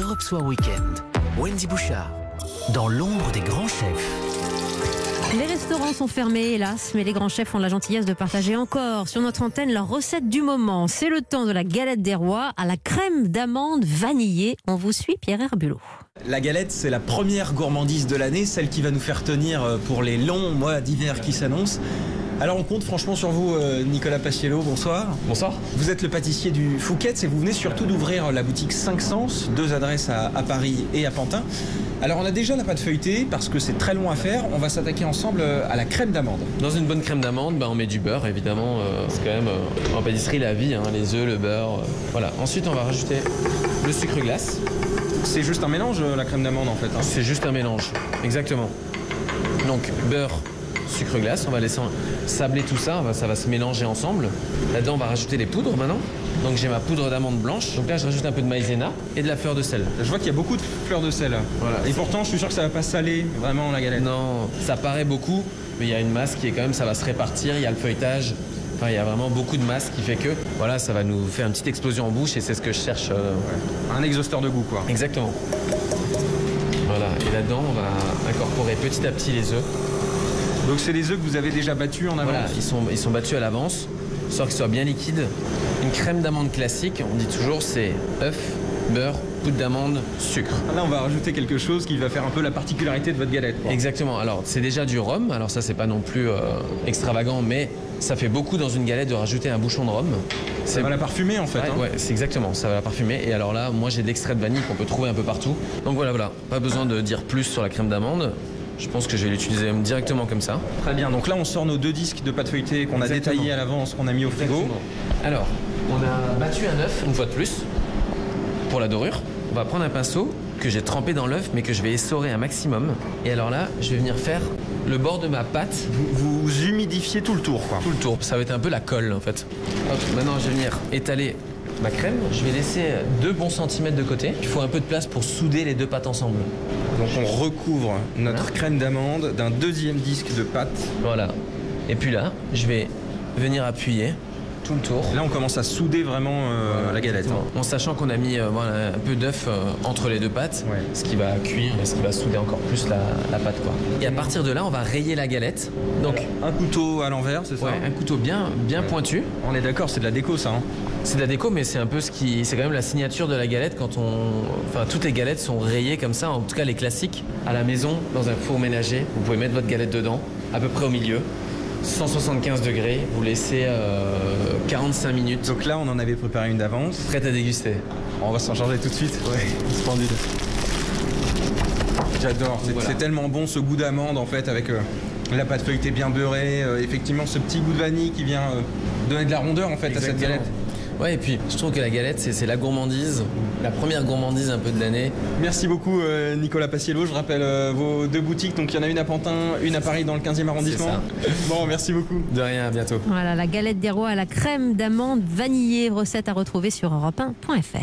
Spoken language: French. Europe Soir Weekend. Wendy Bouchard, dans l'ombre des grands chefs. Les restaurants sont fermés, hélas, mais les grands chefs ont la gentillesse de partager encore sur notre antenne leur recette du moment. C'est le temps de la galette des rois à la crème d'amande vanillée. On vous suit, Pierre Herbulot. La galette, c'est la première gourmandise de l'année, celle qui va nous faire tenir euh, pour les longs mois d'hiver qui s'annoncent. Alors on compte franchement sur vous, euh, Nicolas Paciello, bonsoir. Bonsoir. Vous êtes le pâtissier du Fouquet et vous venez surtout d'ouvrir la boutique 5 Sens, deux adresses à, à Paris et à Pantin. Alors on a déjà la pâte feuilletée parce que c'est très long à faire, on va s'attaquer ensemble euh, à la crème d'amande. Dans une bonne crème d'amande, bah, on met du beurre, évidemment. euh, c'est quand même euh, en pâtisserie la vie, hein, les œufs, le beurre. euh, voilà. Ensuite, on va rajouter le sucre glace. C'est juste un mélange, euh, la crème d'amande en fait. hein. C'est juste un mélange. Exactement. Donc beurre, sucre glace. On va laisser sabler tout ça. on va- Ça va se mélanger ensemble. Là-dedans, on va rajouter les poudres maintenant. Donc j'ai ma poudre d'amande blanche. Donc là, je rajoute un peu de maïzena et de la fleur de sel. Je vois qu'il y a beaucoup de fleurs de sel. Voilà. Et pourtant, je suis sûr que ça va pas saler vraiment la galette. Non, ça paraît beaucoup, mais il y a une masse qui est quand même, ça va se répartir, il y a le feuilletage. Enfin, il y a vraiment beaucoup de masse qui fait que, voilà, ça va nous faire une petite explosion en bouche et c'est ce que je cherche. euh, Un exhausteur de goût quoi. Exactement. Voilà, et là-dedans, on va incorporer petit à petit les œufs. Donc c'est les œufs que vous avez déjà battus en avance. Voilà, ils sont, ils sont battus à l'avance, histoire qu'ils soient bien liquides. Une crème d'amande classique, on dit toujours, c'est œuf, beurre, poudre d'amande, sucre. Ah, Là, on va rajouter quelque chose qui va faire un peu la particularité de votre galette. quoi. Exactement. Alors, c'est déjà du rhum. Alors, ça, c'est pas non plus euh, extravagant, mais ça fait beaucoup dans une galette de rajouter un bouchon de rhum. Ça va la parfumer en fait. Ouais, hein. ouais, c'est exactement, ça va la parfumer. Et alors là, moi j'ai de l'extrait de vanille qu'on peut trouver un peu partout. Donc voilà, voilà, pas besoin de dire plus sur la crème d'amande. Je pense que je vais l'utiliser même directement comme ça. Très bien. Donc là, on sort nos deux disques de pâte feuilletée qu'on a Exactement. détaillés à l'avance, qu'on a mis au frigo. Alors, on a battu un œuf une fois de plus pour la dorure. On va prendre un pinceau que j'ai trempé dans l'œuf, mais que je vais essorer un maximum. Et alors là, je vais venir faire le bord de ma pâte Vous, vous humidifiez tout le tour, quoi. tout le tour. Ça va être un peu la colle en fait. Hop, Ah, maintenant je vais venir étaler ma crème. Je vais laisser euh, deux bons centimètres de côté. Il faut un peu de place pour souder les deux pâtes ensemble. Donc on recouvre notre Voilà. crème d'amande d'un deuxième disque de pâte. Voilà. Et puis là, je vais venir appuyer tout le tour. Là, on commence à souder vraiment euh, la galette. Exactement. En sachant qu'on a mis euh, voilà, un peu d'œuf euh, entre les deux pâtes, Ouais. ce qui va cuire et ce qui va souder encore plus la, la pâte. Quoi. Et à partir de là, on va rayer la galette. Donc, hein. Un couteau à l'envers, c'est ça hein. ouais, un couteau bien, bien pointu. On est d'accord, c'est de la déco, ça. hein. C'est de la déco, mais c'est un peu ce qui, c'est quand même la signature de la galette quand on, enfin toutes les galettes sont rayées comme ça, en tout cas les classiques à la maison dans un four ménager. Vous pouvez mettre votre galette dedans, à peu près au milieu, 175 degrés. Vous laissez euh, 45 minutes Donc là, on en avait préparé une d'avance. prête à déguster. On va s'en charger tout de suite. Ouais, splendide. J'adore, c'est Voilà. c'est tellement bon ce goût d'amande en fait avec euh, la pâte feuilletée bien beurrée, euh, effectivement ce petit goût de vanille qui vient euh, donner de la rondeur en fait à cette galette. Ouais, et puis je trouve que la galette c'est, c'est la gourmandise, la première gourmandise un peu de l'année. Merci beaucoup euh, Nicolas Paciello, je rappelle euh, vos deux boutiques, donc il y en a une à Pantin, une à Paris dans le 15e arrondissement. Bon, merci beaucoup. De rien, à bientôt. Voilà, la galette des rois à la crème d'amande vanillée, recette à retrouver sur europe1.fr.